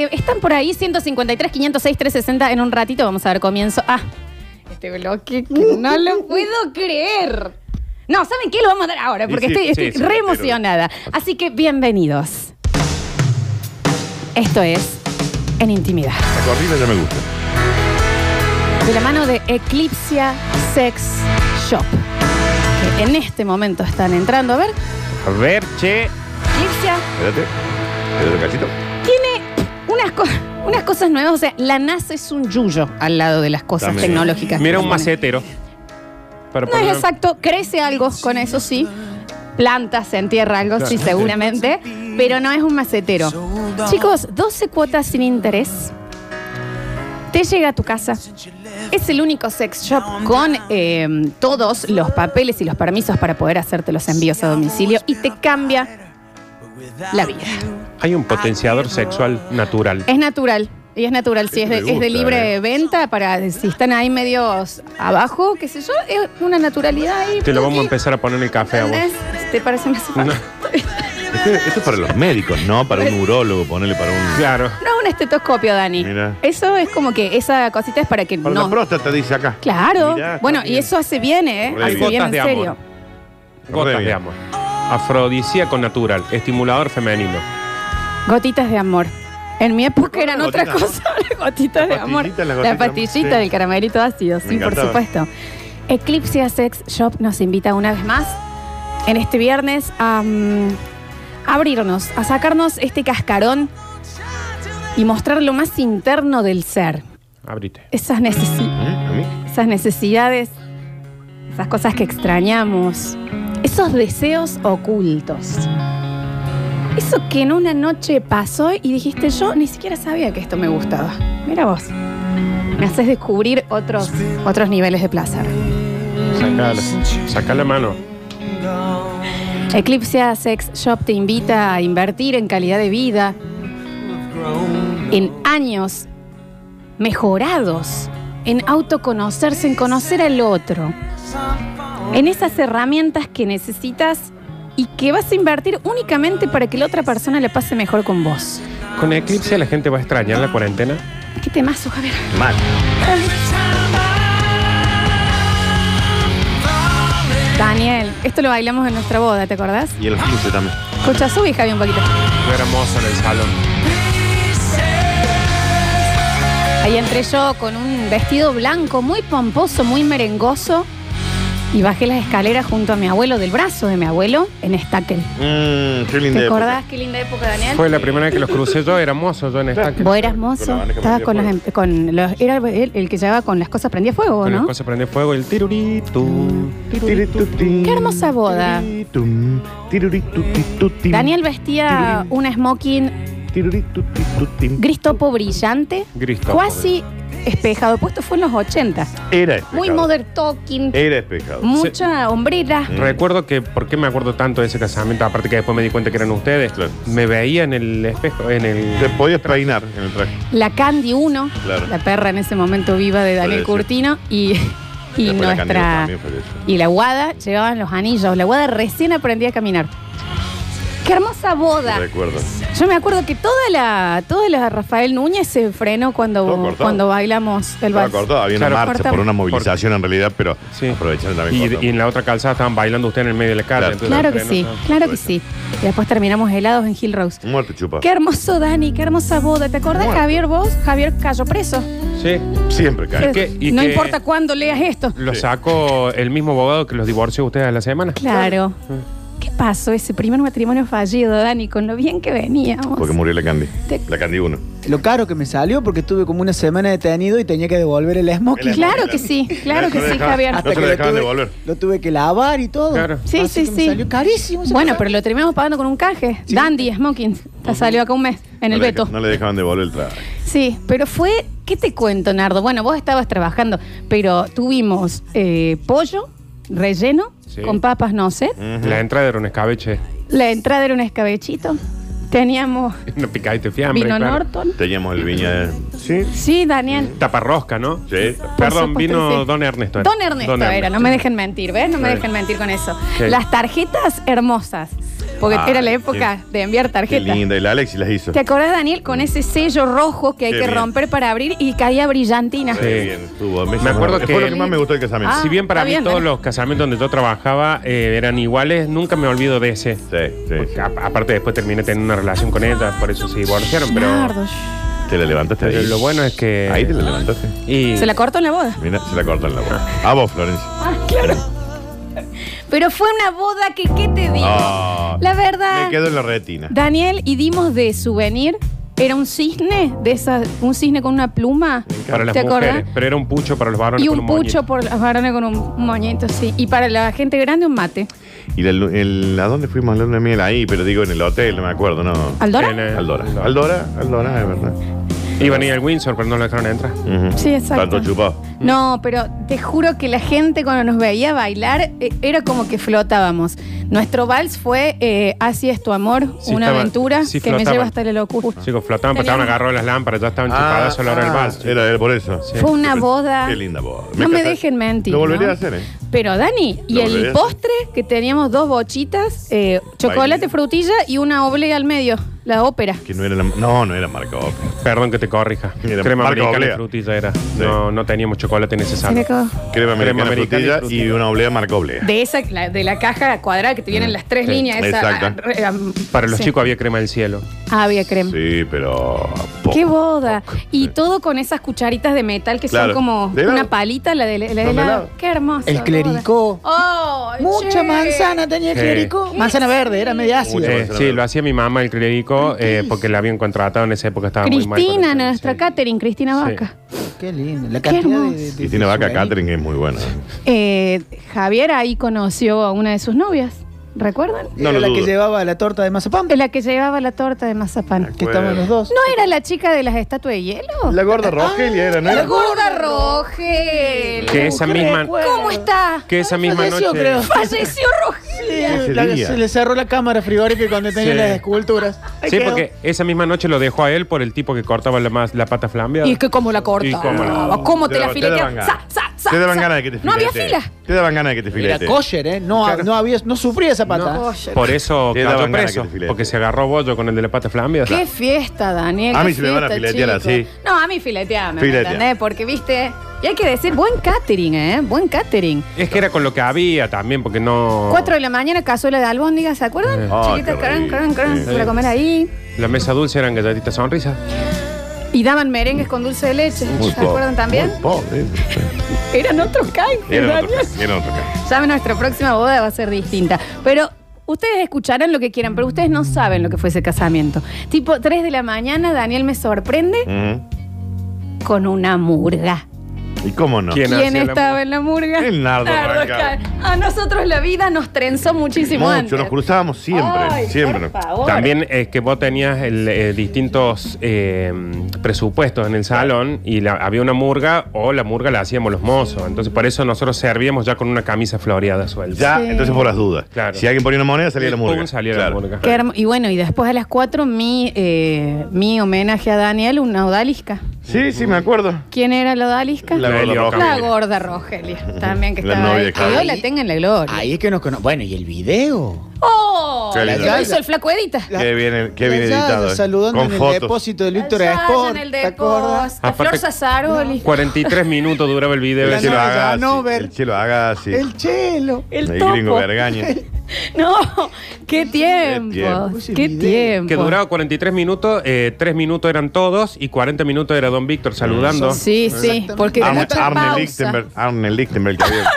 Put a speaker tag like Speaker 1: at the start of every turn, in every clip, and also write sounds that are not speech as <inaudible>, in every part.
Speaker 1: Eh, Están por ahí 153, 506, 360. En un ratito vamos a dar comienzo a este bloque que no
Speaker 2: <laughs>
Speaker 1: lo puedo creer. No, ¿saben qué? Lo vamos a dar ahora porque
Speaker 2: Sí, sí,
Speaker 1: estoy, estoy
Speaker 2: sí, sí,
Speaker 1: re
Speaker 2: entero.
Speaker 1: emocionada. Así que bienvenidos. Esto es En Intimidad.
Speaker 2: La corrida ya me gusta.
Speaker 1: De la mano de Eclipsia Sex Shop. Que en este momento están entrando. A ver,
Speaker 2: A ver, che.
Speaker 1: Eclipsia
Speaker 2: Espérate. Espérate un cachito.
Speaker 1: unas, co- unas cosas nuevas. O sea, la NASA es un yuyo al lado de las cosas
Speaker 2: Dame.
Speaker 1: tecnológicas. que
Speaker 2: Mira un
Speaker 1: ponen.
Speaker 2: macetero. Para
Speaker 1: No
Speaker 2: poner-
Speaker 1: es exacto, crece algo con eso, sí. Plantas, se entierra algo, sí,
Speaker 2: Claro.
Speaker 1: seguramente. Pero no es un macetero. Chicos, 12 cuotas sin interés. Te llega a tu casa. Es el único sex shop con eh, todos los papeles y los permisos para poder hacerte los envíos a domicilio y te cambia la vida.
Speaker 2: Hay un potenciador sexual natural.
Speaker 1: Es natural. Y es natural, si es de,
Speaker 2: Me gusta,
Speaker 1: es de libre
Speaker 2: eh.
Speaker 1: venta, para si están ahí medios abajo, qué sé yo, es una naturalidad ahí.
Speaker 2: Te lo vamos a
Speaker 1: y-
Speaker 2: empezar a poner en el café a vos.
Speaker 1: ¿Entendés? ¿Te parece más
Speaker 2: No.
Speaker 3: Esto, Este, esto es para los médicos, no para un urólogo, ponerle para un.
Speaker 2: Claro.
Speaker 1: No es un estetoscopio, Dani.
Speaker 3: Mira.
Speaker 1: Eso es como que esa cosita es para que
Speaker 3: Para la
Speaker 1: no.
Speaker 3: próstata, dice acá.
Speaker 1: Claro.
Speaker 3: Mirá, está
Speaker 1: bueno, y
Speaker 3: bien.
Speaker 1: eso hace bien, ¿eh?
Speaker 3: Re
Speaker 1: Hace
Speaker 3: bien.
Speaker 1: bien en
Speaker 2: Gotas de
Speaker 1: serio.
Speaker 2: amor. Gotas
Speaker 3: Re
Speaker 2: de
Speaker 3: bien.
Speaker 2: amor. Afrodisíaco natural. Estimulador femenino.
Speaker 1: Gotitas de amor. En mi época eran otra
Speaker 3: Gotitas de
Speaker 1: cosa, las <laughs> gotitas de
Speaker 3: Las
Speaker 1: amor.
Speaker 3: pastillitas, las
Speaker 1: La
Speaker 3: gotitas de amor,
Speaker 1: pastillita
Speaker 3: sí. ¿Eh?
Speaker 1: del caramelito ácido, sí, por
Speaker 3: encantaba.
Speaker 1: supuesto. Eclipsia Sex Shop nos invita una vez más en este viernes a mm, abrirnos, a sacarnos este cascarón y mostrar lo más interno del ser.
Speaker 2: Abrite.
Speaker 1: Esas necesidades.
Speaker 3: ¿Eh? ¿A mí?
Speaker 1: esas necesidades, esas cosas que extrañamos, esos deseos ocultos. Eso que en una noche pasó y dijiste yo ni siquiera sabía que esto me gustaba. Mira vos. Me haces descubrir otros, otros niveles de placer.
Speaker 2: Sacá, la- sacá la mano.
Speaker 1: Eclipsia Sex Shop te invita a invertir en calidad de vida, en años mejorados, en autoconocerse, en conocer al otro, en esas herramientas que necesitas y que vas a invertir únicamente para que la otra persona le pase mejor con vos.
Speaker 2: Con Eclipse la gente va a extrañar la cuarentena.
Speaker 1: ¿Qué temazo, Javier?
Speaker 3: Mal.
Speaker 1: Daniel, esto lo bailamos en nuestra boda, ¿te acordás?
Speaker 3: Y el 15 también.
Speaker 1: Escucha, subí, Javier, un poquito.
Speaker 2: Yo era mozo en el salón.
Speaker 1: Ahí entré yo con un vestido blanco muy pomposo, muy merengoso. Y bajé las escaleras junto a mi abuelo, del brazo de mi abuelo, en Stackel.
Speaker 3: Mmm, qué linda.
Speaker 1: ¿Te
Speaker 3: época.
Speaker 1: acordás qué linda época, Daniel?
Speaker 2: Fue la primera vez que los crucé yo. Era mozo yo en esta.
Speaker 1: Vos eras mozo,
Speaker 3: Con la
Speaker 1: estaba
Speaker 3: bandeja
Speaker 1: con
Speaker 3: prendida
Speaker 1: los, con los- Era el, el que llevaba con las cosas prendía fuego,
Speaker 2: Con las
Speaker 1: ¿no?
Speaker 2: cosas prende fuego. El tiruritu.
Speaker 3: Tiritutín,
Speaker 1: Qué hermosa boda.
Speaker 3: tiruritum, tiruritutitutín,
Speaker 1: Daniel vestía un smoking
Speaker 3: tiruritutitutín.
Speaker 1: gris topo brillante,
Speaker 2: Gris topo,
Speaker 1: casi espejado. Puesto fue en los 80.
Speaker 3: Era espejado. Eh,
Speaker 1: Muy modern talking,
Speaker 3: Era espejado.
Speaker 1: mucha hombrera.
Speaker 3: Mm.
Speaker 2: Recuerdo que, ¿por qué me acuerdo tanto de ese casamiento? Aparte que después me di cuenta que eran ustedes.
Speaker 3: Claro.
Speaker 2: Me veía en el espejo, en
Speaker 3: Te
Speaker 2: el...
Speaker 3: podías peinar en el traje.
Speaker 1: La Candy 1,
Speaker 3: Claro.
Speaker 1: la perra en ese momento viva de Daniel
Speaker 3: Parece.
Speaker 1: Curtino y, y
Speaker 3: Después la Candida
Speaker 1: nuestra.
Speaker 3: también fue de eso.
Speaker 1: y la guada llevaban los anillos. La guada recién aprendía a caminar. ¡Qué hermosa boda!
Speaker 3: Recuerdo.
Speaker 1: Yo me acuerdo que toda la, toda la Rafael Núñez se frenó
Speaker 3: Todo
Speaker 1: cuando,
Speaker 3: cortado.
Speaker 1: cuando bailamos el
Speaker 3: Estaba
Speaker 1: vals.
Speaker 3: cortado, había
Speaker 2: Claro,
Speaker 3: una marcha
Speaker 1: cortamos.
Speaker 3: por una movilización en realidad, pero
Speaker 2: Sí.
Speaker 3: aprovecharon también.
Speaker 2: Y,
Speaker 3: cortamos.
Speaker 2: y en la otra calzada estaban bailando ustedes en el medio de la calle.
Speaker 3: Claro.
Speaker 2: entonces
Speaker 1: Claro
Speaker 2: el
Speaker 1: que
Speaker 2: freno
Speaker 1: sí,
Speaker 2: estaba-
Speaker 1: claro que sí. Y después terminamos helados en Hill Rose.
Speaker 3: Muerte chupa.
Speaker 1: Qué hermoso, Dani, qué hermosa boda. ¿Te acordás,
Speaker 3: Bueno.
Speaker 1: Javier, vos? Javier cayó preso.
Speaker 2: Sí.
Speaker 3: Siempre cae.
Speaker 2: que- y
Speaker 1: no
Speaker 2: que-
Speaker 1: importa cuándo leas esto.
Speaker 2: Lo
Speaker 3: Sí.
Speaker 2: sacó el mismo abogado que los divorció ustedes a la semana.
Speaker 1: Claro. ¿Qué pasó ese primer matrimonio fallido, Dani, con lo bien que veníamos?
Speaker 3: Porque murió la Candy.
Speaker 1: Te-
Speaker 3: La Candy 1.
Speaker 4: Lo caro que me salió porque estuve como una semana detenido y tenía que devolver el smoking.
Speaker 1: Claro que sí, claro que sí, Javier.
Speaker 3: No se lo
Speaker 4: lo
Speaker 3: dejaban
Speaker 4: tuve-
Speaker 3: devolver.
Speaker 4: Lo tuve que lavar y todo.
Speaker 2: Claro.
Speaker 1: Sí, sí,
Speaker 4: Así Ah, que
Speaker 1: sí.
Speaker 4: Me salió carísimo. ese
Speaker 1: Bueno,
Speaker 4: trabajo.
Speaker 1: pero lo terminamos pagando con un caje.
Speaker 4: Sí.
Speaker 1: Dandy Smoking. Te salió acá un mes, en
Speaker 3: No
Speaker 1: el
Speaker 3: le
Speaker 1: Beto.
Speaker 3: deja- No le dejaban devolver el traje.
Speaker 1: Sí, pero fue. ¿Qué te cuento, Nardo? Bueno, vos estabas trabajando, pero tuvimos eh, pollo relleno
Speaker 2: Sí.
Speaker 1: con papas, no sé.
Speaker 2: La entrada era un escabeche, <laughs>
Speaker 1: La entrada era un escabechito. Teníamos
Speaker 2: una picadita de fiambre.
Speaker 1: vino
Speaker 2: claro.
Speaker 1: Norton.
Speaker 3: Teníamos el viña de. Sí.
Speaker 1: Sí, Daniel.
Speaker 2: Taparrosca, ¿no?
Speaker 3: Sí.
Speaker 2: Perdón,
Speaker 1: supuesto,
Speaker 2: vino
Speaker 1: sí.
Speaker 2: Don Ernesto.
Speaker 1: Don Ernesto era, no me dejen mentir, ¿ves? No me
Speaker 2: Sí.
Speaker 1: dejen mentir con eso.
Speaker 2: Sí.
Speaker 1: Las tarjetas hermosas. Porque
Speaker 3: Ah,
Speaker 1: era la época de enviar
Speaker 3: Qué
Speaker 1: tarjetas.
Speaker 3: linda. Y la Alexis las hizo.
Speaker 1: ¿Te acordás, Daniel,
Speaker 2: Mm.
Speaker 1: con ese sello rojo que hay
Speaker 3: Qué
Speaker 1: que
Speaker 3: bien.
Speaker 1: romper para abrir y caía brillantina?
Speaker 2: Sí.
Speaker 3: Qué bien, estuvo.
Speaker 2: Me acuerdo
Speaker 3: fue
Speaker 2: que-
Speaker 3: lo que más me gustó del casamiento.
Speaker 1: Ah,
Speaker 2: si bien para
Speaker 1: está
Speaker 2: mí
Speaker 1: bien,
Speaker 2: todos
Speaker 1: Daniel.
Speaker 2: los casamientos donde yo trabajaba eh, eran iguales, nunca me olvido de ese.
Speaker 3: Sí, sí.
Speaker 2: Porque a- aparte después terminé teniendo una relación con ella, por eso se divorciaron, pero,
Speaker 1: Nardo,
Speaker 3: Te la levantaste
Speaker 2: pero
Speaker 3: ahí.
Speaker 2: lo bueno es que...
Speaker 3: Ahí te la levantaste.
Speaker 2: y
Speaker 1: se la cortó en la boda.
Speaker 3: Mira, se la cortan la boca. A vos, Florencia.
Speaker 1: Ah, claro. <laughs> Pero fue una boda que, ¿qué te digo?
Speaker 3: Ah,
Speaker 1: la verdad,
Speaker 3: Me quedo en la retina.
Speaker 1: Daniel, y dimos de souvenir, era un cisne, de esa, un cisne con una pluma.
Speaker 2: para las
Speaker 1: ¿Te
Speaker 2: mujeres,
Speaker 1: acordás?
Speaker 2: pero era un pucho para los varones.
Speaker 1: Y
Speaker 2: con
Speaker 1: un pucho por los varones con un un moñito, sí. Y para la gente grande, un mate.
Speaker 3: ¿Y la lu- el- a dónde fuimos la luna de miel? Ahí, pero digo en el hotel, no me acuerdo, no.
Speaker 1: ¿Aldora?
Speaker 2: Tiene-
Speaker 3: Aldora. Aldora, Aldora, es verdad.
Speaker 2: moñito. Iban a ir al Windsor, pero no lo dejaron entrar.
Speaker 3: Ujú.
Speaker 1: Sí, exacto.
Speaker 3: Tanto chupado.
Speaker 1: No, pero te juro que la gente cuando nos veía bailar eh, era como que flotábamos. Nuestro vals fue eh, Así es tu amor,
Speaker 2: Sí,
Speaker 1: una
Speaker 2: estaba-
Speaker 1: aventura
Speaker 2: sí,
Speaker 1: que me
Speaker 2: flotaban.
Speaker 1: lleva hasta la locura.
Speaker 2: Chicos, flotaban, pasaban,
Speaker 1: Teníamos- Ah,
Speaker 2: agarraron las lámparas, ya estaban chupadas a la hora del vals. chicos.
Speaker 3: Ah, Era, era por eso.
Speaker 2: Sí.
Speaker 1: Fue una boda.
Speaker 3: Qué linda boda.
Speaker 1: no me
Speaker 3: casé-
Speaker 1: dejen mentir.
Speaker 3: Lo volvería
Speaker 1: ¿no?
Speaker 3: a hacer, ¿eh?
Speaker 1: Pero Dani, y
Speaker 3: Lo volvería a
Speaker 1: el
Speaker 3: hacer.
Speaker 1: postre que teníamos dos bochitas, eh, chocolate,
Speaker 3: Bailín.
Speaker 1: frutilla y una oblea al medio, la ópera.
Speaker 3: Que no era la, no, no era marca Oca.
Speaker 2: Perdón que te corrija.
Speaker 3: Mira,
Speaker 2: Crema
Speaker 3: marca
Speaker 2: americana y
Speaker 3: Oblea.
Speaker 2: frutilla era. No, no teníamos chocolate necesario.
Speaker 1: Mira cómo-
Speaker 3: Crema americana,
Speaker 2: americana y
Speaker 3: frutilla
Speaker 2: frutilla.
Speaker 3: y una oblea marca oblea.
Speaker 1: De esa, la- de la caja cuadrada que te vienen las tres
Speaker 2: Mm. Sí,
Speaker 1: líneas. Esa,
Speaker 3: exacto.
Speaker 1: ah, re- ah,
Speaker 2: Para los
Speaker 1: sí.
Speaker 2: chicos había crema del cielo.
Speaker 1: Ah, había crema.
Speaker 3: Sí, pero poco.
Speaker 1: ¡Qué boda! Y todo con esas cucharitas de metal que
Speaker 3: Claro.
Speaker 1: son como
Speaker 3: De helado.
Speaker 1: una palita, la de, la de
Speaker 3: de
Speaker 1: helado.
Speaker 3: helado.
Speaker 1: ¡Qué hermoso!
Speaker 4: El
Speaker 1: boda.
Speaker 4: clericó.
Speaker 1: ¡Oh!
Speaker 4: Mucha
Speaker 1: che!
Speaker 4: manzana tenía el
Speaker 2: Sí.
Speaker 4: clericó. Manzana verde, era media ácida.
Speaker 3: Mucha
Speaker 2: Eh,
Speaker 3: manzana
Speaker 2: sí,
Speaker 3: verde.
Speaker 2: lo hacía mi mamá, el clérigo, eh, porque la habían contratado en esa época. Estaba Ah, muy mal.
Speaker 1: Cristina,
Speaker 2: con el-
Speaker 1: nuestra
Speaker 2: sí.
Speaker 1: catering, Cristina
Speaker 2: Sí.
Speaker 1: Vaca.
Speaker 4: Qué lindo. La cantidad de,
Speaker 1: hermoso.
Speaker 4: de- de-
Speaker 3: Cristina Vaca
Speaker 4: de-
Speaker 3: Catering es muy buena.
Speaker 1: Eh, Javier ahí conoció a una de sus novias, ¿recuerdan?
Speaker 3: No lo
Speaker 4: Era la que
Speaker 3: dudo.
Speaker 4: llevaba la torta de mazapán.
Speaker 1: Es la que llevaba la torta de mazapán.
Speaker 4: Que estaban los dos.
Speaker 1: ¿No era la chica de las estatuas de hielo?
Speaker 3: La gorda Rogelia era, ¿no
Speaker 1: Oh. La
Speaker 3: era?
Speaker 1: gorda Rogel.
Speaker 2: Que esa
Speaker 4: Qué
Speaker 2: misma,
Speaker 4: recuerdo.
Speaker 1: ¿Cómo está?
Speaker 2: que esa misma
Speaker 4: falleció,
Speaker 2: noche.
Speaker 4: creo.
Speaker 1: Falleció Rogel.
Speaker 3: Ese
Speaker 4: La-
Speaker 3: día.
Speaker 4: se le cerró la cámara frigorífica donde tenía
Speaker 2: Sí.
Speaker 4: las esculturas. Ahí
Speaker 2: Sí,
Speaker 4: quedó.
Speaker 2: porque esa misma noche lo dejó a él por el tipo que cortaba la, más, la pata flambeada.
Speaker 1: Y es que cómo la corta.
Speaker 2: Y cómo la-
Speaker 1: Ah, ¿Cómo te la
Speaker 3: daban- daban
Speaker 1: fileteaba?
Speaker 3: ganas.
Speaker 1: Sa, sa, sa,
Speaker 3: Te daban
Speaker 1: sa.
Speaker 3: ganas de que te
Speaker 1: No había
Speaker 3: filete.
Speaker 1: fila.
Speaker 3: Te daban ganas de que te
Speaker 4: Era
Speaker 3: filete.
Speaker 4: kosher, ¿eh? No,
Speaker 2: Claro.
Speaker 4: no había, no sufría esa pata.
Speaker 2: No, por eso
Speaker 3: Te
Speaker 2: cayó
Speaker 3: daban ganas que
Speaker 2: preso,
Speaker 3: te filete.
Speaker 2: porque se agarró bollo con el de la pata flambeada.
Speaker 1: Qué fiesta, Daniel.
Speaker 3: A
Speaker 1: qué
Speaker 3: mí se me van a
Speaker 1: fiesta,
Speaker 3: filetear
Speaker 1: chicos.
Speaker 3: así.
Speaker 1: No, a mí fileteame, ¿me
Speaker 3: Filetea.
Speaker 1: entendés? Porque, viste, y hay que decir, buen catering, ¿eh? Buen catering.
Speaker 2: Es que era con lo que había también, porque no.
Speaker 1: 4 de la mañana, cazuela de albóndigas, ¿se acuerdan?
Speaker 3: Ah,
Speaker 1: Chiquita,
Speaker 3: Oh. qué
Speaker 1: crán,
Speaker 3: rico.
Speaker 1: crán, crán,
Speaker 3: Sí.
Speaker 1: para comer ahí.
Speaker 2: La mesa dulce eran galletitas sonrisas.
Speaker 1: Y daban merengues con dulce de leche.
Speaker 3: Muy
Speaker 1: ¿Se
Speaker 3: pobre,
Speaker 1: acuerdan también?
Speaker 3: Muy pobre.
Speaker 1: <laughs> Eran otros canjes,
Speaker 3: Era otro
Speaker 1: Daniel.
Speaker 3: caso, era otro caso.
Speaker 1: Ya nuestra próxima boda va a ser distinta. Pero ustedes escucharán lo que quieran, pero ustedes no saben lo que fue ese casamiento. Tipo 3 de la mañana, Daniel me sorprende
Speaker 3: Ujú.
Speaker 1: con una murga.
Speaker 3: ¿Y cómo no?
Speaker 2: ¿Quién?
Speaker 1: ¿Quién
Speaker 2: hacía la
Speaker 1: estaba
Speaker 2: murga?
Speaker 1: en la murga?
Speaker 3: El Nardo Barranca.
Speaker 1: Escal- A nosotros la vida nos trenzó muchísimo antes.
Speaker 3: Mucho, nos cruzábamos siempre.
Speaker 1: Ay,
Speaker 3: siempre.
Speaker 1: por favor.
Speaker 2: También es que vos tenías el, eh, distintos eh, presupuestos en el salón y la- había una murga o la murga la hacíamos los mozos. Entonces por eso nosotros servíamos ya con una camisa floreada suelta.
Speaker 3: Ya,
Speaker 1: Sí.
Speaker 3: entonces por las dudas.
Speaker 2: Claro.
Speaker 3: Si alguien ponía una moneda, salía
Speaker 2: Y
Speaker 3: la
Speaker 2: pum,
Speaker 3: murga.
Speaker 2: salía la
Speaker 3: Claro.
Speaker 2: murga.
Speaker 1: Qué hermo- y bueno, y después a las 4 mi, eh, mi homenaje a Daniel, una odalisca.
Speaker 3: Sí, sí, me acuerdo.
Speaker 1: ¿Quién era la odalisca?
Speaker 3: La gorda
Speaker 2: Helio
Speaker 3: Rogelia.
Speaker 1: La gorda Rogelia, también que
Speaker 3: La
Speaker 1: estaba
Speaker 3: novia
Speaker 1: ahí.
Speaker 3: de
Speaker 1: Que Dios
Speaker 3: Javi.
Speaker 1: la tenga en la gloria.
Speaker 4: Ahí es que nos cono- Bueno, y el video.
Speaker 1: ¡Oh!
Speaker 3: Qué lindo.
Speaker 1: Lo hizo el flaco Edita.
Speaker 4: La-
Speaker 3: Qué bien, el- qué bien
Speaker 4: Allá,
Speaker 3: editado. eh.
Speaker 4: Saludando
Speaker 3: Con
Speaker 4: en el
Speaker 3: fotos.
Speaker 4: depósito del Víctor
Speaker 1: Allá
Speaker 4: Sport.
Speaker 1: en el
Speaker 4: ¿Te acuerdas?
Speaker 1: depósito. A Flor
Speaker 2: Aparte-
Speaker 1: Sazaroli.
Speaker 2: 43 minutos duraba el video.
Speaker 4: La
Speaker 3: El
Speaker 2: ese.
Speaker 3: chelo
Speaker 4: novia de
Speaker 3: Agassi.
Speaker 4: Hanover.
Speaker 3: El chelo Agassi.
Speaker 4: El chelo.
Speaker 1: El topo.
Speaker 3: gringo Vergaña.
Speaker 1: <laughs> No, qué tiempo.
Speaker 3: tiempo.
Speaker 4: Ese
Speaker 1: Qué
Speaker 4: video.
Speaker 1: tiempo.
Speaker 2: que duraba 43 minutos, 3 minutos eran todos y 40 minutos era Don Víctor saludando.
Speaker 1: Mm. Sí, sí,
Speaker 4: Exactamente.
Speaker 1: porque era
Speaker 3: Arne,
Speaker 1: mucha
Speaker 3: Arne
Speaker 1: pausa.
Speaker 3: Lichtenberg. Arne Lichtenberg, que había,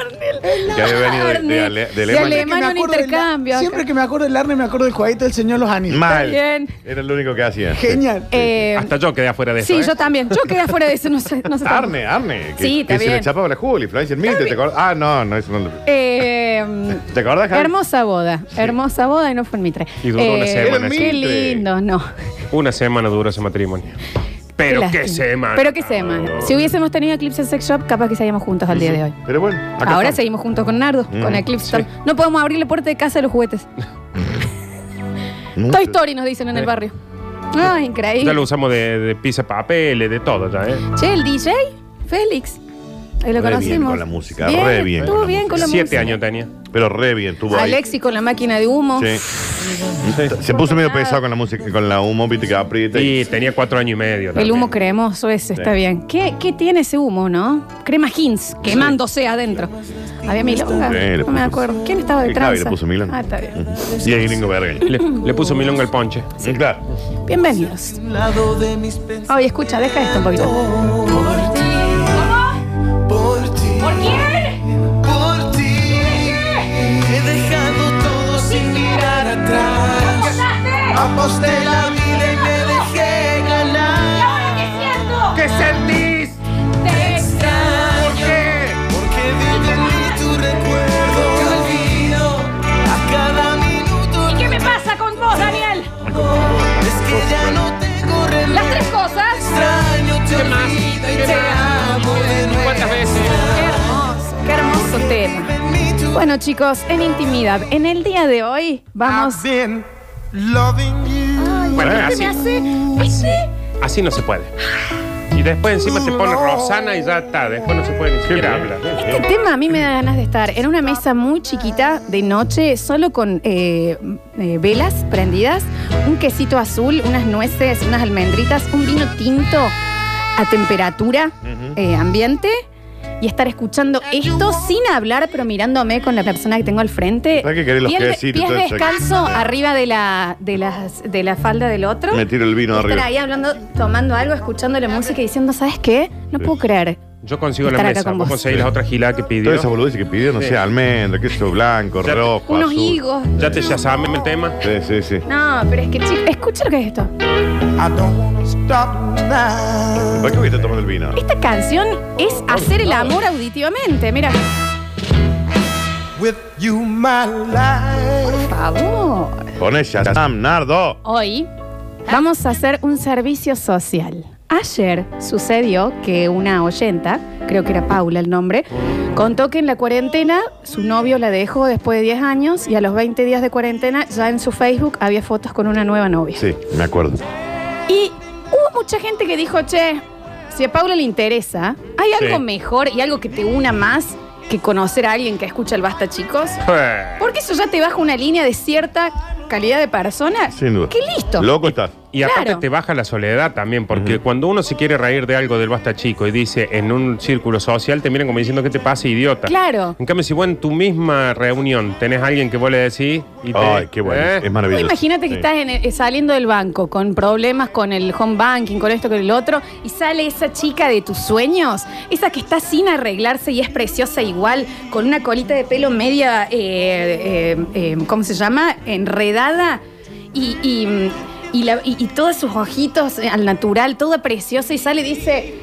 Speaker 3: que había venido de, de, Ale- de
Speaker 1: De
Speaker 3: Alemania.
Speaker 1: Alem- Hermano, un
Speaker 4: acuerdo del-
Speaker 1: intercambio acá.
Speaker 4: siempre que me acuerdo del Arne, me acuerdo del jueguito del señor Los Anillos.
Speaker 3: Mal.
Speaker 1: Bien.
Speaker 3: Era el único que hacía.
Speaker 4: Genial.
Speaker 1: Eh,
Speaker 2: Hasta yo quedé afuera de eso.
Speaker 1: sí,
Speaker 2: ¿eh?
Speaker 1: yo también. Yo quedé afuera de eso, no sé. No sé tanto.
Speaker 3: Arne, Arne. Que,
Speaker 1: Sí, está
Speaker 3: que se le
Speaker 1: bien.
Speaker 3: chapaba la Juli. Florencia, mírate, ¿te acordás? Ah, no, no, eso no lo-
Speaker 1: Eh,
Speaker 3: ¿Te acordás, Javi?
Speaker 1: hermosa boda. Hermosa boda y no fue en Mitre. Eh,
Speaker 2: Y duró una semana,
Speaker 3: sí.
Speaker 1: Qué lindo, no.
Speaker 2: ¿eh? Una semana duró ese matrimonio. Pero qué,
Speaker 1: lástima.
Speaker 2: semana.
Speaker 1: Pero qué semana. Si hubiésemos tenido Eclipse Sex Shop, capaz que salíamos juntos al día de hoy.
Speaker 3: Pero bueno, acá
Speaker 1: Ahora
Speaker 3: estamos.
Speaker 1: seguimos juntos con Nardo,
Speaker 3: Mm,
Speaker 1: con Eclipse.
Speaker 2: sí.
Speaker 1: No podemos abrir la puerta de casa de los juguetes.
Speaker 3: Mucho.
Speaker 1: Toy Story nos dicen en el barrio. Ah, increíble.
Speaker 2: Ya lo usamos de, de pizza papeles, de todo ya, ¿eh?
Speaker 1: Che, el DJ, Félix. Ahí lo
Speaker 3: Re bien
Speaker 1: conocimos.
Speaker 3: con la música, re bien
Speaker 1: Estuvo
Speaker 3: con la
Speaker 1: bien con la
Speaker 2: Siete
Speaker 1: música.
Speaker 2: años tenía.
Speaker 3: Pero re bien, tuvo ahí.
Speaker 1: Alexi con la máquina de humo.
Speaker 3: Sí. Se puso medio pesado con la música, con la humo, viste que aprieta. y-
Speaker 2: Y tenía cuatro años y medio.
Speaker 1: El
Speaker 2: también.
Speaker 1: humo cremoso ese, está bien. ¿Qué, qué tiene ese humo, no? Crema Hins, quemándose adentro. Había milonga,
Speaker 3: Sí, le
Speaker 1: no me
Speaker 3: puso-
Speaker 1: acuerdo. ¿Quién estaba
Speaker 3: Sí,
Speaker 1: de
Speaker 3: Javi
Speaker 1: tranza?
Speaker 3: le puso Milán.
Speaker 1: Ah, está bien.
Speaker 3: Y el gringo verga. Mm,
Speaker 2: Le, le puso milonga al ponche.
Speaker 3: Claro.
Speaker 1: Bienvenidos.
Speaker 5: lado de mis pensamientos
Speaker 1: Oye, escucha, deja esto un poquito.
Speaker 5: por ti, por ti,
Speaker 1: ¿Por quién?
Speaker 5: por ti. He dejado todo sin mirar atrás. Aposté la vida y me dejé ganar.
Speaker 2: ¿Qué sentís?
Speaker 5: Te extraño porque vive en mí tu recuerdo. Te olvido a cada minuto.
Speaker 6: ¿Y qué me pasa con vos, Daniel?
Speaker 5: Es que ya no tengo remedio.
Speaker 6: Las tres cosas.
Speaker 5: Extraño te olvido y te amo de nuevo. ¿Cuántas veces?
Speaker 1: Qué hermoso, qué hermoso tema. Bueno, chicos, en intimidad, en el día de hoy vamos.
Speaker 5: been loving you.
Speaker 2: Bueno,
Speaker 1: ¿Qué
Speaker 2: así,
Speaker 1: me hace? ¿Así?
Speaker 2: así no se puede. Y después encima se pone Rosana y ya está. Después no se puede ni siquiera hablar.
Speaker 1: Este tema a mí me da ganas de estar en una mesa muy chiquita de noche, solo con eh, eh, velas prendidas, un quesito azul, unas nueces, unas almendritas, un vino tinto a temperatura eh, ambiente y estar escuchando esto sin hablar, pero mirándome con la persona que tengo al frente.
Speaker 3: ¿Sabes qué querés los
Speaker 1: Pies de-
Speaker 3: quesitos,
Speaker 1: pies
Speaker 3: todo eso?
Speaker 1: descalzo arriba de la, de, las, de la falda del otro.
Speaker 3: Me tiro el vino
Speaker 1: Estar
Speaker 3: arriba.
Speaker 1: ahí hablando, tomando algo, escuchando la música y diciendo, ¿sabes qué? No
Speaker 3: Sí.
Speaker 1: puedo creer.
Speaker 2: Yo consigo la
Speaker 1: Estar acá
Speaker 2: mesa.
Speaker 1: con
Speaker 2: Vos
Speaker 1: vos.
Speaker 2: conseguís las otras giladas que pidió.
Speaker 3: Toda esa boludez que pidió, no
Speaker 2: Sí.
Speaker 3: sé, almendra, queso blanco,
Speaker 2: Ya-
Speaker 3: rojo.
Speaker 1: Unos
Speaker 3: azul.
Speaker 1: higos.
Speaker 2: Ya te ya sabes el tema.
Speaker 3: Sí, sí, sí.
Speaker 1: No, pero es que, chicos, escucha lo que es esto.
Speaker 5: I don't wanna stop now.
Speaker 3: ¿Para qué voy a tomar el vino?
Speaker 1: Esta canción es hacer el amor auditivamente. Mira,
Speaker 5: With you, my life.
Speaker 1: por favor.
Speaker 3: Pone Shazam, Nardo.
Speaker 1: Hoy vamos a hacer un servicio social. Ayer sucedió que una oyenta, creo que era Paula el nombre, contó que en la cuarentena su novio la dejó después de 10 años y a los 20 días de cuarentena ya en su Facebook había fotos con una nueva novia.
Speaker 3: Sí, me acuerdo.
Speaker 1: Y hubo mucha gente que dijo, che, si a Paula le interesa, ¿hay
Speaker 2: Sí.
Speaker 1: algo mejor y algo que te una más que conocer a alguien que escucha el Basta, chicos? Porque eso ya te baja una línea de cierta calidad de persona.
Speaker 3: Sin duda.
Speaker 1: Que listo.
Speaker 3: Loco estás.
Speaker 2: Y aparte
Speaker 1: Claro.
Speaker 2: te baja la soledad también, porque cuando uno se quiere reír de algo del basta chico y dice en un círculo social, te miran como diciendo que te pasa, idiota.
Speaker 1: Claro.
Speaker 2: En cambio, si vos en tu misma reunión tenés a alguien que vos le decís y te.
Speaker 3: Ay, qué bueno.
Speaker 2: ¿eh?
Speaker 3: Es
Speaker 1: Vos
Speaker 3: maravilloso.
Speaker 1: Imagínate que
Speaker 3: Sí.
Speaker 1: estás en el- saliendo del banco con problemas con el home banking, con esto, con el otro, y sale esa chica de tus sueños, esa que está sin arreglarse y es preciosa igual, con una colita de pelo media, eh, eh, eh, ¿cómo se llama? Enredada y, y- y la- y- y todos sus ojitos eh, al natural, toda preciosa, y sale y dice,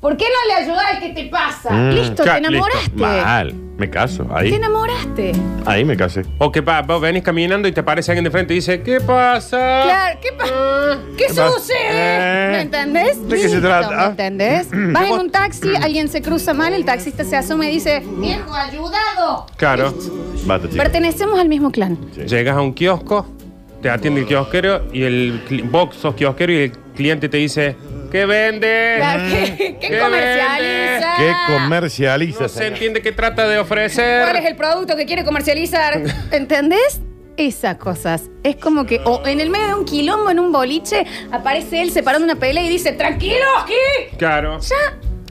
Speaker 1: ¿por qué no le ayudas? ¿Qué te pasa?
Speaker 3: Mm,
Speaker 1: listo,
Speaker 2: ya,
Speaker 1: te enamoraste.
Speaker 3: Mal. Me caso.
Speaker 1: Te
Speaker 3: Ahí.
Speaker 1: enamoraste.
Speaker 3: Ahí me casé.
Speaker 2: O que pa- vos venís caminando y te aparece alguien de frente y dice, ¿qué pasa?
Speaker 1: Claro, ¿qué pasa?
Speaker 2: Ah.
Speaker 1: ¿Qué
Speaker 3: pasa?
Speaker 1: sucede?
Speaker 3: Eh.
Speaker 1: ¿Me entendés?
Speaker 3: ¿De qué se
Speaker 1: Listo,
Speaker 3: trata?
Speaker 1: ¿Me entendés? Vas en un taxi, alguien se cruza mal, el taxista se asoma y dice, viejo, ayudado.
Speaker 2: Claro.
Speaker 3: Basta, chicos.
Speaker 1: Pertenecemos al mismo clan.
Speaker 3: Sí.
Speaker 2: Llegas a un kiosco, te atiende el kiosquero y el cli- vos sos kiosquero y el cliente te dice, ¿qué vende?
Speaker 1: Claro, ¿Qué, qué
Speaker 2: ¿Qué
Speaker 1: comercializa?
Speaker 3: ¿Qué comercializa?
Speaker 2: No se
Speaker 3: señor?
Speaker 2: entiende qué trata de
Speaker 1: ¿Cuál es
Speaker 2: ofrecer.
Speaker 1: el producto que quiere comercializar? ¿Entendés? Esas cosas. Es como que, o en el medio de un quilombo, en un boliche, aparece él separando una pelea y dice, tranquilos, ¿qué?
Speaker 2: Claro.
Speaker 1: Ya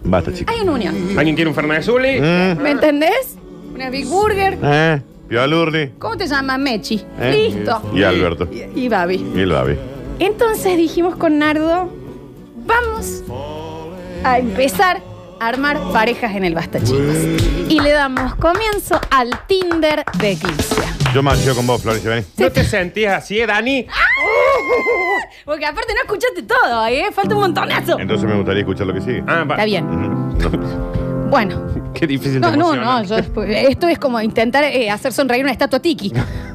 Speaker 3: Basta, chicos.
Speaker 1: hay una unión.
Speaker 2: ¿Alguien quiere un Fernández Zuli?
Speaker 3: Mm,
Speaker 1: ¿Me entendés? Una Big Burger.
Speaker 3: ¿Eh? Piolurri.
Speaker 1: ¿Cómo te llamas? Mechi.
Speaker 3: ¿eh?
Speaker 1: Listo.
Speaker 3: Y Alberto.
Speaker 1: Y Babi.
Speaker 3: Y el Babi.
Speaker 1: Entonces dijimos con Nardo, vamos a empezar a armar parejas en el Basta, chicos. Y le damos comienzo al Tinder de Eclipse.
Speaker 3: Yo mancheo con vos, Florencia, vení.
Speaker 2: ¿No te sentís así, eh, Dani?
Speaker 1: Porque aparte no escuchaste todo, ¿eh? Falta un montonazo.
Speaker 3: Entonces me gustaría escuchar lo que sigue.
Speaker 2: Ah, va.
Speaker 1: Está bien.
Speaker 3: Ujú.
Speaker 1: Bueno.
Speaker 2: Qué difícil
Speaker 1: No,
Speaker 2: te
Speaker 1: no,
Speaker 2: emociona.
Speaker 1: no. yo después- esto es como intentar eh, hacer sonreír una estatua tiki.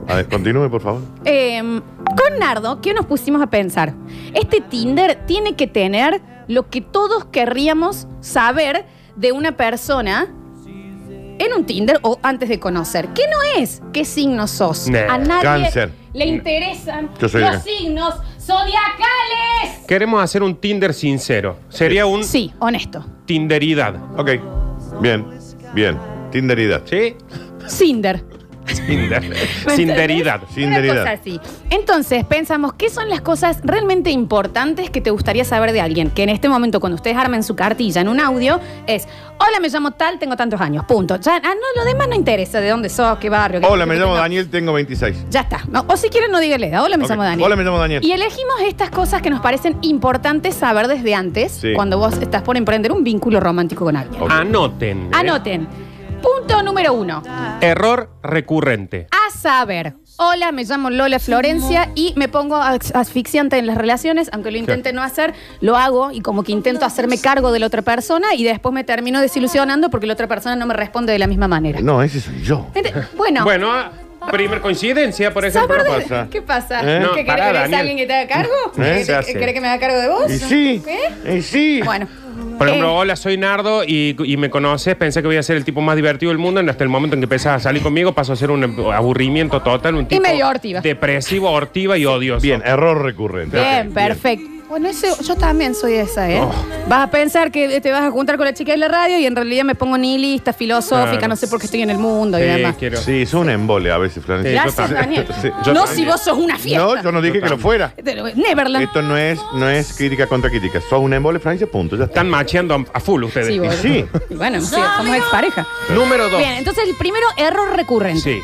Speaker 3: A ver, continúe, por favor.
Speaker 1: Eh, con Nardo, ¿qué nos pusimos a pensar? Este Tinder tiene que tener lo que todos querríamos saber de una persona en un Tinder o antes de conocer. ¿Qué no es? ¿Qué signo sos?
Speaker 2: Nah.
Speaker 1: A nadie
Speaker 3: Cáncer.
Speaker 1: le interesan
Speaker 3: Yo soy de
Speaker 1: los
Speaker 3: acá.
Speaker 1: signos zodiacales.
Speaker 2: Queremos hacer un Tinder sincero. Sería un
Speaker 1: Sí, honesto.
Speaker 2: Tinderidad.
Speaker 1: <laughs>
Speaker 3: Ok. Bien. Bien. Tinderidad.
Speaker 2: ¿Sí?
Speaker 1: Cinder.
Speaker 2: Cinder.
Speaker 1: ¿Me
Speaker 2: Cinderidad.
Speaker 1: entendés?
Speaker 3: Cinderidad.
Speaker 1: Una cosa así. Entonces, pensamos, ¿qué son las cosas realmente importantes que te gustaría saber de alguien? Que en este momento, cuando ustedes armen su cartilla en un audio, es, hola, me llamo tal, tengo tantos años, punto. Ya, ah, no, lo demás no interesa, de dónde sos, qué barrio. qué-
Speaker 3: Hola, me
Speaker 1: qué-
Speaker 3: llamo
Speaker 1: no.
Speaker 3: Daniel, tengo 26.
Speaker 1: Ya está. No, o si quieren, no diga la edad. Hola, me
Speaker 3: Ok.
Speaker 1: llamo Daniel.
Speaker 3: Hola, me llamo Daniel.
Speaker 1: Y elegimos estas cosas que nos parecen importantes saber desde antes,
Speaker 3: Sí.
Speaker 1: cuando vos estás por emprender un vínculo romántico con alguien.
Speaker 3: Ok.
Speaker 2: Anoten. ¿eh?
Speaker 1: Anoten. Punto número uno.
Speaker 2: Error recurrente.
Speaker 1: A saber, hola, me llamo Lola Florencia y me pongo as- asfixiante en las relaciones, aunque lo intente no hacer, lo hago y como que intento hacerme cargo de la otra persona y después me termino desilusionando porque la otra persona no me responde de la misma manera.
Speaker 3: No, ese soy yo.
Speaker 1: Ente- Bueno,
Speaker 2: Bueno, ah, primer coincidencia, por ejemplo.
Speaker 1: saber de-
Speaker 3: ¿qué pasa?
Speaker 1: ¿qué pasa?
Speaker 3: ¿Eh?
Speaker 1: ¿Que
Speaker 2: No,
Speaker 1: querés
Speaker 2: pará,
Speaker 1: que eres
Speaker 2: Daniel.
Speaker 1: alguien que te haga cargo?
Speaker 2: ¿Eh? Se
Speaker 1: ¿Querés-
Speaker 2: hace.
Speaker 1: ¿Querés que me haga cargo de vos?
Speaker 3: Y sí.
Speaker 1: ¿Qué?
Speaker 3: Y sí.
Speaker 1: Bueno.
Speaker 2: Por ejemplo,
Speaker 1: Eh,
Speaker 2: hola, soy Nardo y, y me conoces, pensé que voy a ser el tipo más divertido del mundo, hasta el momento en que empezás a salir conmigo pasó a ser un aburrimiento total, un tipo
Speaker 1: medio hortiva.
Speaker 2: depresivo, hortiva y odioso.
Speaker 3: Bien, eh, error recurrente.
Speaker 1: Bien,
Speaker 3: Ok,
Speaker 1: perfecto. Bueno, ese- yo también soy esa, ¿eh?
Speaker 2: Oh.
Speaker 1: Vas a pensar que te vas a juntar con la chica de la radio y en realidad me pongo nihilista, filosófica,
Speaker 2: Claro.
Speaker 1: no sé por qué estoy en el mundo y
Speaker 2: Sí,
Speaker 1: demás.
Speaker 2: quiero-
Speaker 3: Sí, es un embole a veces, Florencia.
Speaker 2: Sí, yo
Speaker 1: Gracias,
Speaker 2: también.
Speaker 1: Daniel.
Speaker 3: <laughs> Sí,
Speaker 1: no
Speaker 3: yo
Speaker 1: si vos sos una
Speaker 3: No,
Speaker 1: fiesta. Este,
Speaker 3: yo no dije que lo fuera.
Speaker 1: Neverland.
Speaker 3: Esto no es, no es crítica contra crítica. Sos un embole, Francia, punto. Ya está.
Speaker 2: Están macheando a full ustedes.
Speaker 1: Sí, vos.
Speaker 3: Sí.
Speaker 1: Y bueno, sí, somos expareja.
Speaker 2: Número dos.
Speaker 1: Bien, entonces el primero, error recurrente.
Speaker 2: Sí.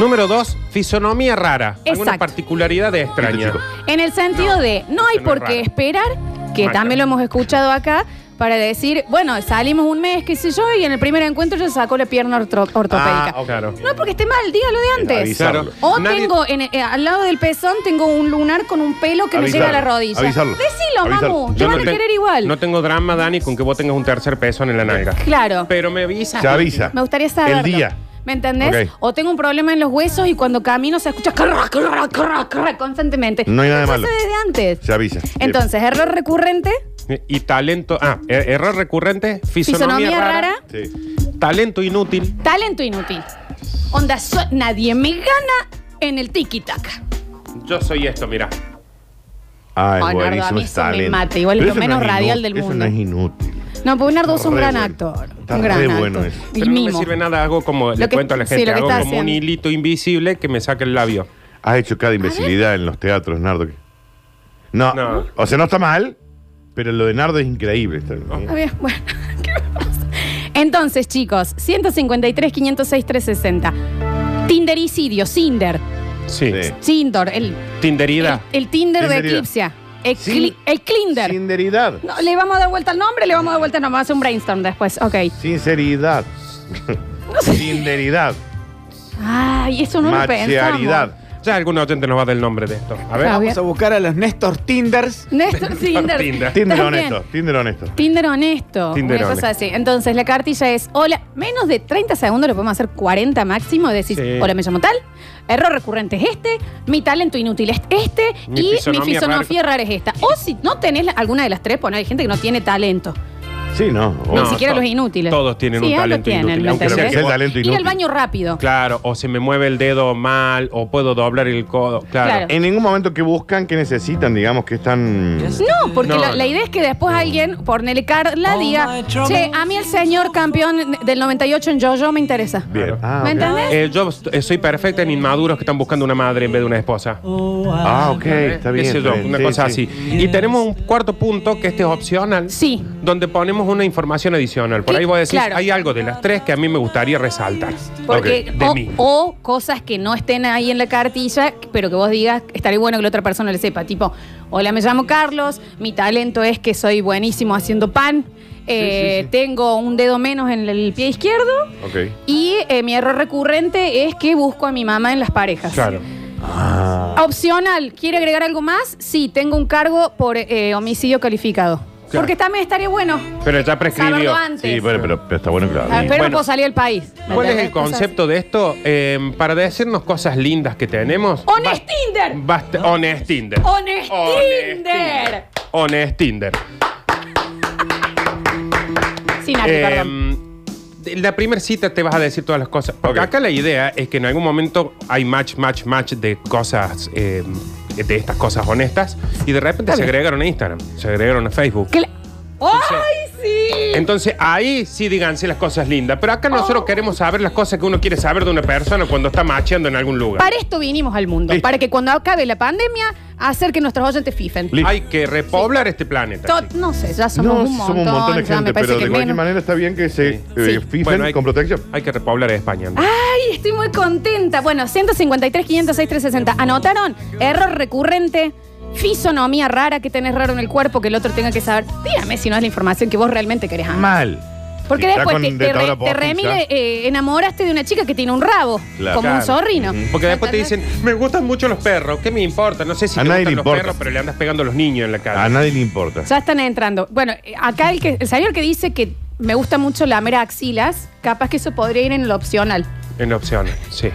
Speaker 2: Número dos, fisonomía rara. Alguna
Speaker 1: Exacto.
Speaker 2: particularidad extraña.
Speaker 3: Este chico.
Speaker 1: En el sentido de, no hay
Speaker 2: no
Speaker 1: por
Speaker 2: es
Speaker 1: qué
Speaker 2: raro.
Speaker 1: esperar, que
Speaker 2: Maca.
Speaker 1: también lo hemos escuchado acá, para decir, bueno, salimos un mes, qué sé yo, y en el primer encuentro yo saco la pierna ortro- ortopédica.
Speaker 3: Ah, ok.
Speaker 2: Claro.
Speaker 1: No, porque esté mal, dígalo de antes.
Speaker 3: Avisarlo.
Speaker 2: Claro.
Speaker 1: O
Speaker 2: Nadie-
Speaker 1: tengo en- eh, al lado del pezón tengo un lunar con un pelo que me
Speaker 3: Avisarlo,
Speaker 1: llega a la rodilla.
Speaker 3: avisarlo,
Speaker 1: Decilo,
Speaker 3: avisarlo.
Speaker 1: mamu, te
Speaker 2: Yo
Speaker 1: van
Speaker 2: no
Speaker 1: a
Speaker 2: te-
Speaker 1: querer igual.
Speaker 2: No tengo drama, Dani, con que vos tengas un tercer peso en la nalga.
Speaker 1: Claro.
Speaker 2: Pero me avisas.
Speaker 3: Se avisa.
Speaker 1: Me gustaría saberlo.
Speaker 3: El día.
Speaker 1: ¿Me entendés?
Speaker 3: Ok.
Speaker 1: O tengo un problema en los huesos y cuando camino se escucha carra, carra, carra, carra, constantemente.
Speaker 3: No hay nada de
Speaker 1: Eso
Speaker 3: malo.
Speaker 1: sé desde antes.
Speaker 3: Se avisa.
Speaker 1: Entonces, error recurrente,
Speaker 2: Y talento. Ah, er- error recurrente, fisonomía,
Speaker 1: fisonomía
Speaker 2: rara,
Speaker 1: rara,
Speaker 3: Bien. Sí.
Speaker 2: Talento inútil.
Speaker 1: talento inútil. Onda, so- nadie me gana en el tiki-taka.
Speaker 2: Yo soy esto, mira.
Speaker 3: Ah, es
Speaker 1: Ay, Nardo, a mí
Speaker 3: buenísimo.
Speaker 1: eso
Speaker 3: está
Speaker 1: me
Speaker 3: lento.
Speaker 1: mata, igual es
Speaker 3: Pero
Speaker 1: lo
Speaker 3: eso
Speaker 1: menos
Speaker 3: es
Speaker 1: radial
Speaker 3: inú-
Speaker 1: del
Speaker 3: eso
Speaker 1: mundo.
Speaker 3: no es inútil.
Speaker 1: No, porque Nardo es
Speaker 3: Está
Speaker 1: un
Speaker 3: re
Speaker 1: gran
Speaker 3: bueno.
Speaker 1: actor.
Speaker 3: Está
Speaker 1: Un gran
Speaker 3: re
Speaker 1: actor.
Speaker 3: bueno eso.
Speaker 1: Y
Speaker 2: Pero no
Speaker 1: mimo.
Speaker 2: me sirve nada, hago como le
Speaker 1: que-
Speaker 2: cuento a la
Speaker 1: sí,
Speaker 2: gente,
Speaker 1: lo que
Speaker 2: hago
Speaker 1: está
Speaker 2: como un
Speaker 1: haciendo.
Speaker 2: hilito invisible que me saca el labio.
Speaker 3: Has hecho cada imbecilidad en los teatros, Nardo. que- No,
Speaker 2: No.
Speaker 3: O sea, no está mal, pero lo de Nardo es increíble. Está bien.
Speaker 1: Está bien, <laughs> bueno. ¿Qué me pasa? Entonces, chicos, 153, 506, 360. Tindericidio, Cinder,
Speaker 2: Sí.
Speaker 3: Sí.
Speaker 1: Tinder, el, el,
Speaker 2: Tinderida.
Speaker 1: el Tinder de
Speaker 3: Tinderida.
Speaker 1: Eclipsia, el,
Speaker 3: Ah, Sin-
Speaker 1: cli- el Clinder.
Speaker 3: Sinceridad.
Speaker 1: No, le vamos a dar vuelta al nombre, le vamos a dar vuelta al nombre, vamos a hacer un brainstorm después, ok.
Speaker 3: Sinceridad. Sinceridad.
Speaker 1: Ay, eso no lo pensamos.
Speaker 3: Machearidad.
Speaker 2: Ya algún oyente nos va del nombre de esto. A ver.
Speaker 1: Javi.
Speaker 4: Vamos a buscar a los Néstor Tinders.
Speaker 1: Néstor, Tinder.
Speaker 2: Tinder.
Speaker 3: Tinder
Speaker 1: También.
Speaker 3: honesto. Tinder honesto.
Speaker 1: Tinder honesto.
Speaker 2: Tinder
Speaker 1: una cosa así. Entonces, la cartilla es, hola, menos de 30 segundos, lo podemos hacer 40 máximo, decís,
Speaker 2: Sí.
Speaker 1: hola, me llamo tal, error recurrente es este, mi talento inútil es este
Speaker 2: Mi
Speaker 1: y
Speaker 2: fisonomía
Speaker 1: mi fisonomía rara es esta. O si no tenés la- alguna de las tres, bueno, hay gente que no tiene talento,
Speaker 3: Sí, no.
Speaker 2: No,
Speaker 1: ni siquiera
Speaker 2: to-
Speaker 1: los inútiles.
Speaker 2: todos tienen
Speaker 1: Sí,
Speaker 2: un
Speaker 1: algo
Speaker 2: talento
Speaker 1: tienen,
Speaker 2: inútil,
Speaker 1: ¿me
Speaker 2: aunque sea
Speaker 1: entendés?
Speaker 2: que sea
Speaker 3: talento
Speaker 1: Ir al
Speaker 3: inútil.
Speaker 1: baño rápido.
Speaker 2: Claro, o se me mueve el dedo mal, o puedo doblar el codo. Claro. Eh,
Speaker 1: Claro.
Speaker 3: En ningún momento que buscan, que necesitan, digamos, que están.
Speaker 1: No, porque
Speaker 2: No,
Speaker 1: la,
Speaker 2: no.
Speaker 1: la idea es que después alguien, por Nelly Carla,
Speaker 5: All
Speaker 1: diga,
Speaker 5: my troubles.
Speaker 1: che, a mí el señor campeón del 98 en yo-yo me interesa.
Speaker 3: Bien. Ah,
Speaker 1: ¿Me
Speaker 3: ok.
Speaker 1: entendés?
Speaker 2: Eh, yo est- eh, soy perfecta en inmaduros que están buscando una madre en vez de una esposa.
Speaker 3: Ah, ok, está
Speaker 2: ¿eh? Qué
Speaker 3: bien.
Speaker 2: sé
Speaker 3: está
Speaker 2: yo,
Speaker 3: bien.
Speaker 2: una
Speaker 3: Sí,
Speaker 2: cosa
Speaker 3: sí.
Speaker 2: así. Y tenemos un cuarto punto que este es opcional.
Speaker 1: Sí.
Speaker 2: Donde ponemos una información adicional. Por
Speaker 1: Sí,
Speaker 2: ahí vos decís,
Speaker 1: claro.
Speaker 2: hay algo de las tres que a mí me gustaría resaltar.
Speaker 1: Porque
Speaker 2: Ok, de
Speaker 1: o-
Speaker 2: mí.
Speaker 1: o, cosas que no estén ahí en la cartilla, pero que vos digas, estaría bueno que la otra persona le sepa. Tipo, hola, me llamo Carlos, mi talento es que soy buenísimo haciendo pan, eh, tengo un dedo menos en el pie izquierdo
Speaker 3: Ok.
Speaker 1: y eh, mi error recurrente es que busco a mi mamá en las parejas.
Speaker 2: Claro.
Speaker 1: Opcional, ¿quiere agregar algo más? Sí, tengo un cargo por eh, homicidio calificado.
Speaker 2: Claro.
Speaker 1: Porque también estaría bueno
Speaker 2: Pero ya
Speaker 1: saberlo
Speaker 2: prescribió.
Speaker 1: antes.
Speaker 3: Sí, bueno, pero, pero está bueno que lo
Speaker 1: A ver,
Speaker 3: hagan.
Speaker 1: pero no
Speaker 2: Bueno.
Speaker 1: puedo salir del país. ¿me
Speaker 2: ¿Cuál es
Speaker 1: entendés?
Speaker 2: el concepto de esto? Eh, para decirnos cosas lindas que tenemos.
Speaker 1: Honest Tinder.
Speaker 2: Basta, honest Tinder.
Speaker 1: Honest Tinder.
Speaker 2: Honest Tinder.
Speaker 1: Sin Nati,
Speaker 2: Eh,
Speaker 1: Ah, perdón.
Speaker 3: Em,
Speaker 2: de la primera cita te vas a decir todas las cosas. Porque
Speaker 3: Ok.
Speaker 2: acá la idea es que en algún momento hay match, match, match de cosas, eh, de estas cosas honestas. Y de repente se agregaron a Instagram, se agregaron a Facebook.
Speaker 1: Cla- ¡Ay, sí!
Speaker 6: sí.
Speaker 2: Entonces ahí sí díganse las cosas lindas, pero acá nosotros queremos saber las cosas que uno quiere saber de una persona cuando está macheando en algún lugar.
Speaker 1: Para esto vinimos al mundo,
Speaker 2: Listo.
Speaker 1: para que cuando acabe la pandemia, hacer que nuestros oyentes fifen.
Speaker 3: Listo.
Speaker 2: Hay que repoblar este planeta.
Speaker 1: To-
Speaker 2: chicos.
Speaker 1: No sé, ya somos
Speaker 3: no,
Speaker 1: un montón.
Speaker 3: somos un montón de
Speaker 1: ya me
Speaker 3: gente,
Speaker 1: parece
Speaker 3: pero de
Speaker 1: que
Speaker 3: cualquier
Speaker 1: menos.
Speaker 3: manera está bien que se
Speaker 2: Sí.
Speaker 3: eh,
Speaker 1: Sí.
Speaker 3: fijen
Speaker 2: Bueno, hay-
Speaker 3: con protección.
Speaker 2: Hay que repoblar a España. ¿no?
Speaker 1: ¡Ay! Estoy muy contenta. Bueno, 153, 506, 360. ¿Anotaron? Error recurrente. Fisonomía rara que tenés raro en el cuerpo que el otro tenga que saber. Dígame si no es la información que vos realmente querés. Ama.
Speaker 3: Mal.
Speaker 1: Porque
Speaker 3: Sí, está
Speaker 1: después
Speaker 3: con
Speaker 1: te, te
Speaker 3: dentadura
Speaker 1: re- te
Speaker 3: postiza.
Speaker 1: remile, eh, enamoraste de una chica que tiene un rabo,
Speaker 3: ¿ah? Claro.
Speaker 1: como un
Speaker 2: Claro.
Speaker 1: zorrino.
Speaker 2: Porque después te dicen, me gustan mucho los perros, ¿qué me importa? No sé si
Speaker 3: A
Speaker 2: te
Speaker 3: nadie
Speaker 2: gustan
Speaker 3: le
Speaker 2: los
Speaker 3: importa.
Speaker 2: perros, pero le andas pegando a los niños en la
Speaker 3: A
Speaker 2: cara.
Speaker 3: nadie le importa.
Speaker 1: Ya están entrando. Bueno, eh, acá el, que, el señor que dice que me gusta mucho la mera axilas, capaz que eso podría ir en lo opcional.
Speaker 2: En opciones, sí.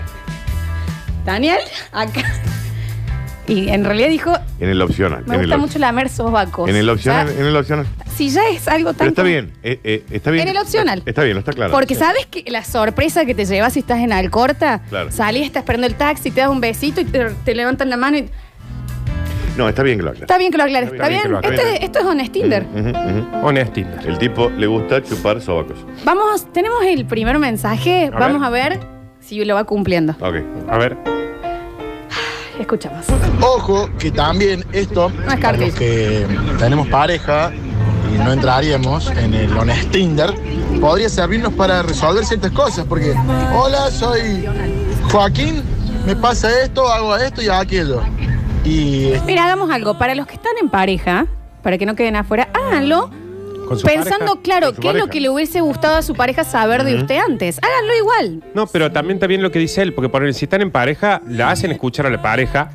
Speaker 1: Daniel, acá. Y en realidad dijo,
Speaker 3: En el opcional.
Speaker 1: me
Speaker 3: en
Speaker 1: gusta
Speaker 3: el op-
Speaker 1: mucho lamer sobacos.
Speaker 3: En el
Speaker 1: O
Speaker 3: opcional.
Speaker 1: sea,
Speaker 3: En el opcional.
Speaker 1: si ya es algo tan...
Speaker 3: Pero está bien. eh, eh, está bien.
Speaker 1: En el opcional.
Speaker 3: Está bien, no está claro.
Speaker 1: Porque
Speaker 3: Sí.
Speaker 1: sabes que la sorpresa que te llevas si estás en Alcorta,
Speaker 3: Claro.
Speaker 1: salís, estás esperando el taxi, te das un besito y te, te levantan la mano y...
Speaker 3: No, está bien que lo aclares.
Speaker 1: Está bien que lo aclares, está
Speaker 2: Está bien
Speaker 1: bien.
Speaker 2: que lo
Speaker 1: Esto,
Speaker 2: aclares.
Speaker 1: es, esto es Honest Tinder.
Speaker 3: Ujú, ujú.
Speaker 2: Honestito.
Speaker 3: El tipo le gusta chupar sobacos.
Speaker 1: Vamos, tenemos el primer mensaje,
Speaker 2: A
Speaker 1: vamos
Speaker 2: ver.
Speaker 1: a ver si lo va cumpliendo.
Speaker 3: Ok.
Speaker 2: A ver,
Speaker 1: Escuchamos.
Speaker 7: Ojo que también esto,
Speaker 1: No es cartel.
Speaker 7: los que tenemos pareja y no entraríamos en el Honest Tinder, podría servirnos para resolver ciertas cosas, porque hola, soy Joaquín, me pasa esto, hago esto y aquello. Y
Speaker 1: Mira, hagamos algo. Para los que están en pareja, para que no queden afuera, háganlo
Speaker 2: con su
Speaker 1: pensando,
Speaker 2: pareja.
Speaker 1: claro,
Speaker 3: con su
Speaker 1: qué es lo
Speaker 3: pareja.
Speaker 1: que le hubiese gustado a su pareja saber de usted antes. Háganlo igual.
Speaker 2: No, pero también está bien lo que dice él, porque por el, si están en pareja, la hacen escuchar a la pareja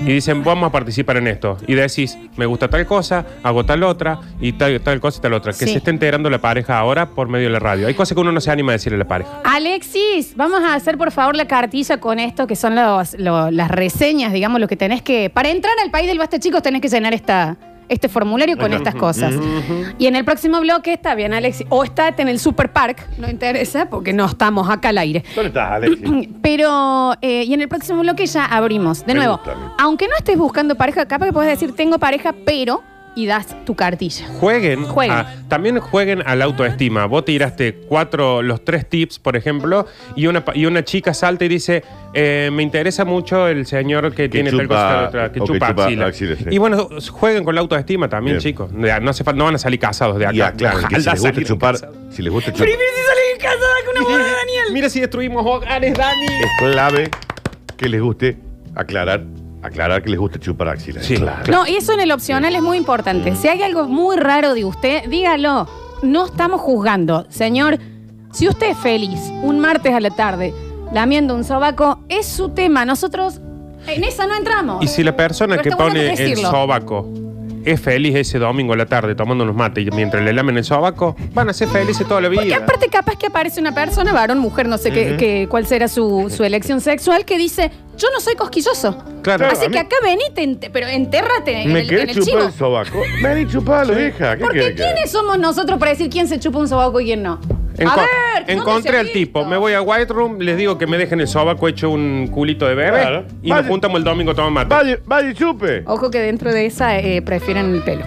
Speaker 2: y dicen, vamos a participar en esto. Y decís, me gusta tal cosa, hago tal otra, y tal, tal cosa y tal otra. Que
Speaker 1: Sí.
Speaker 2: se está enterando la pareja ahora por medio de la radio. Hay cosas que uno no se anima a decirle a la pareja.
Speaker 1: Alexis, vamos a hacer por favor la cartilla con esto, que son los- lo- las reseñas, digamos, lo que tenés que. Para entrar al país del basta, chicos, tenés que llenar esta, este formulario con estas cosas. Y en el próximo bloque está bien, Alexis. O estate en el Super Park, no interesa, porque no estamos acá al aire.
Speaker 3: ¿Dónde estás,
Speaker 1: <clears throat>
Speaker 3: Alexis?
Speaker 1: Pero, eh, y en el próximo bloque ya abrimos. De
Speaker 3: Me
Speaker 1: nuevo,
Speaker 3: gusta a mí.
Speaker 1: aunque no estés buscando pareja, capaz que puedes decir tengo pareja, pero, y das tu cartilla.
Speaker 2: Jueguen.
Speaker 1: Jueguen.
Speaker 2: a- también jueguen a la autoestima. Vos tiraste cuatro, los tres tips, por ejemplo, y una, pa- y una chica salta y dice, eh, me interesa mucho el señor que, tiene tal
Speaker 3: chupa-
Speaker 2: cosa, tal otra, que
Speaker 3: o que
Speaker 2: chupa,
Speaker 3: chupa
Speaker 2: axila.
Speaker 3: axilas, sí.
Speaker 2: Y bueno, jueguen con la autoestima también,
Speaker 3: Bien.
Speaker 2: chicos. Ya, No, hace falta- no van a salir casados de acá.
Speaker 3: Y aclaren que si
Speaker 2: Ojalá
Speaker 3: les gusta
Speaker 2: salgan
Speaker 3: chupar.
Speaker 2: casados.
Speaker 3: Si les gusta chupar.
Speaker 1: si salís en casa, una
Speaker 2: Mira si destruimos hogares, Dani.
Speaker 3: Es clave que les guste aclarar. Aclarar que les gusta chupar axilas.
Speaker 2: Sí, claro.
Speaker 1: No, y eso en el opcional es muy importante. Si hay algo muy raro de usted, dígalo. No estamos juzgando. Señor, si usted es feliz un martes a la tarde lamiendo un sobaco, es su tema. Nosotros en esa no entramos.
Speaker 2: Y si la persona
Speaker 1: Pero
Speaker 2: que
Speaker 1: está bueno
Speaker 2: pone el
Speaker 1: decirlo.
Speaker 2: sobaco es feliz ese domingo a la tarde tomando unos mates y mientras le lamen el sobaco, van a ser felices toda la
Speaker 1: Porque
Speaker 2: vida.
Speaker 1: aparte capaz que aparece una persona, varón, mujer, no sé qué, qué- cuál será su, su elección sexual, que dice, yo no soy cosquilloso.
Speaker 2: Claro.
Speaker 1: Así
Speaker 3: a
Speaker 1: que
Speaker 3: mí-
Speaker 1: acá venite, ente- pero entérrate en
Speaker 3: ¿Me
Speaker 1: el, en
Speaker 3: querés
Speaker 1: el
Speaker 3: chupar
Speaker 1: chivo.
Speaker 3: el sobaco? Ven y chupalo, vieja. ¿Qué
Speaker 1: Porque
Speaker 3: querés que haga?
Speaker 1: ¿quiénes somos nosotros para decir quién se chupa un sobaco y quién no?
Speaker 2: Enco-
Speaker 1: a ver, ¿dónde se
Speaker 2: encontré
Speaker 1: ha
Speaker 2: al
Speaker 1: visto?
Speaker 2: tipo, me voy a White Room, les digo que me dejen el sobaco hecho un culito de bebé
Speaker 3: Claro.
Speaker 2: y nos
Speaker 3: Vaya.
Speaker 2: juntamos el domingo a tomar mate.
Speaker 3: Vaya, vaya y chupe.
Speaker 1: Ojo que dentro de esa eh, prefieren el pelo.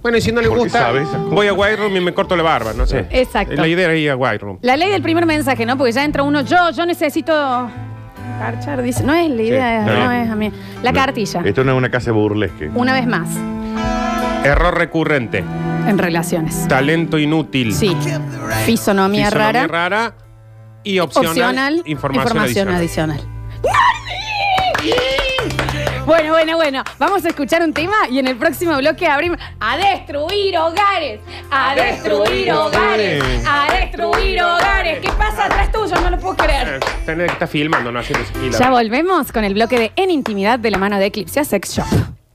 Speaker 2: Bueno, y si no les
Speaker 3: ¿Por qué
Speaker 2: gusta,
Speaker 3: sabe esas cosas?
Speaker 2: voy a White Room y me corto la barba, no sé.
Speaker 1: Exacto.
Speaker 2: La idea era ir a White Room.
Speaker 1: La ley del primer mensaje, ¿no? Porque ya entra uno, yo, yo necesito carchar, dice. No es la idea,
Speaker 3: está
Speaker 1: no
Speaker 3: bien.
Speaker 1: es a mí. La
Speaker 3: No,
Speaker 1: cartilla,
Speaker 3: Esto no es una casa burlesque.
Speaker 1: una vez más,
Speaker 2: Error recurrente,
Speaker 1: en relaciones.
Speaker 2: talento inútil,
Speaker 1: Sí. Fisonomía,
Speaker 2: fisonomía
Speaker 1: rara.
Speaker 2: rara y opcional,
Speaker 1: opcional,
Speaker 2: información, adicional.
Speaker 1: adicional. Bueno, bueno, bueno, vamos a escuchar un tema y en el próximo bloque abrimos a destruir hogares, a destruir hogares, a destruir hogares. ¿Qué pasa atrás tuyo? No lo puedo creer.
Speaker 2: Eh, tenés que estar filmando, no haciendo
Speaker 1: Ya volvemos con el bloque de En Intimidad de la mano de Eclipse Sex Shop.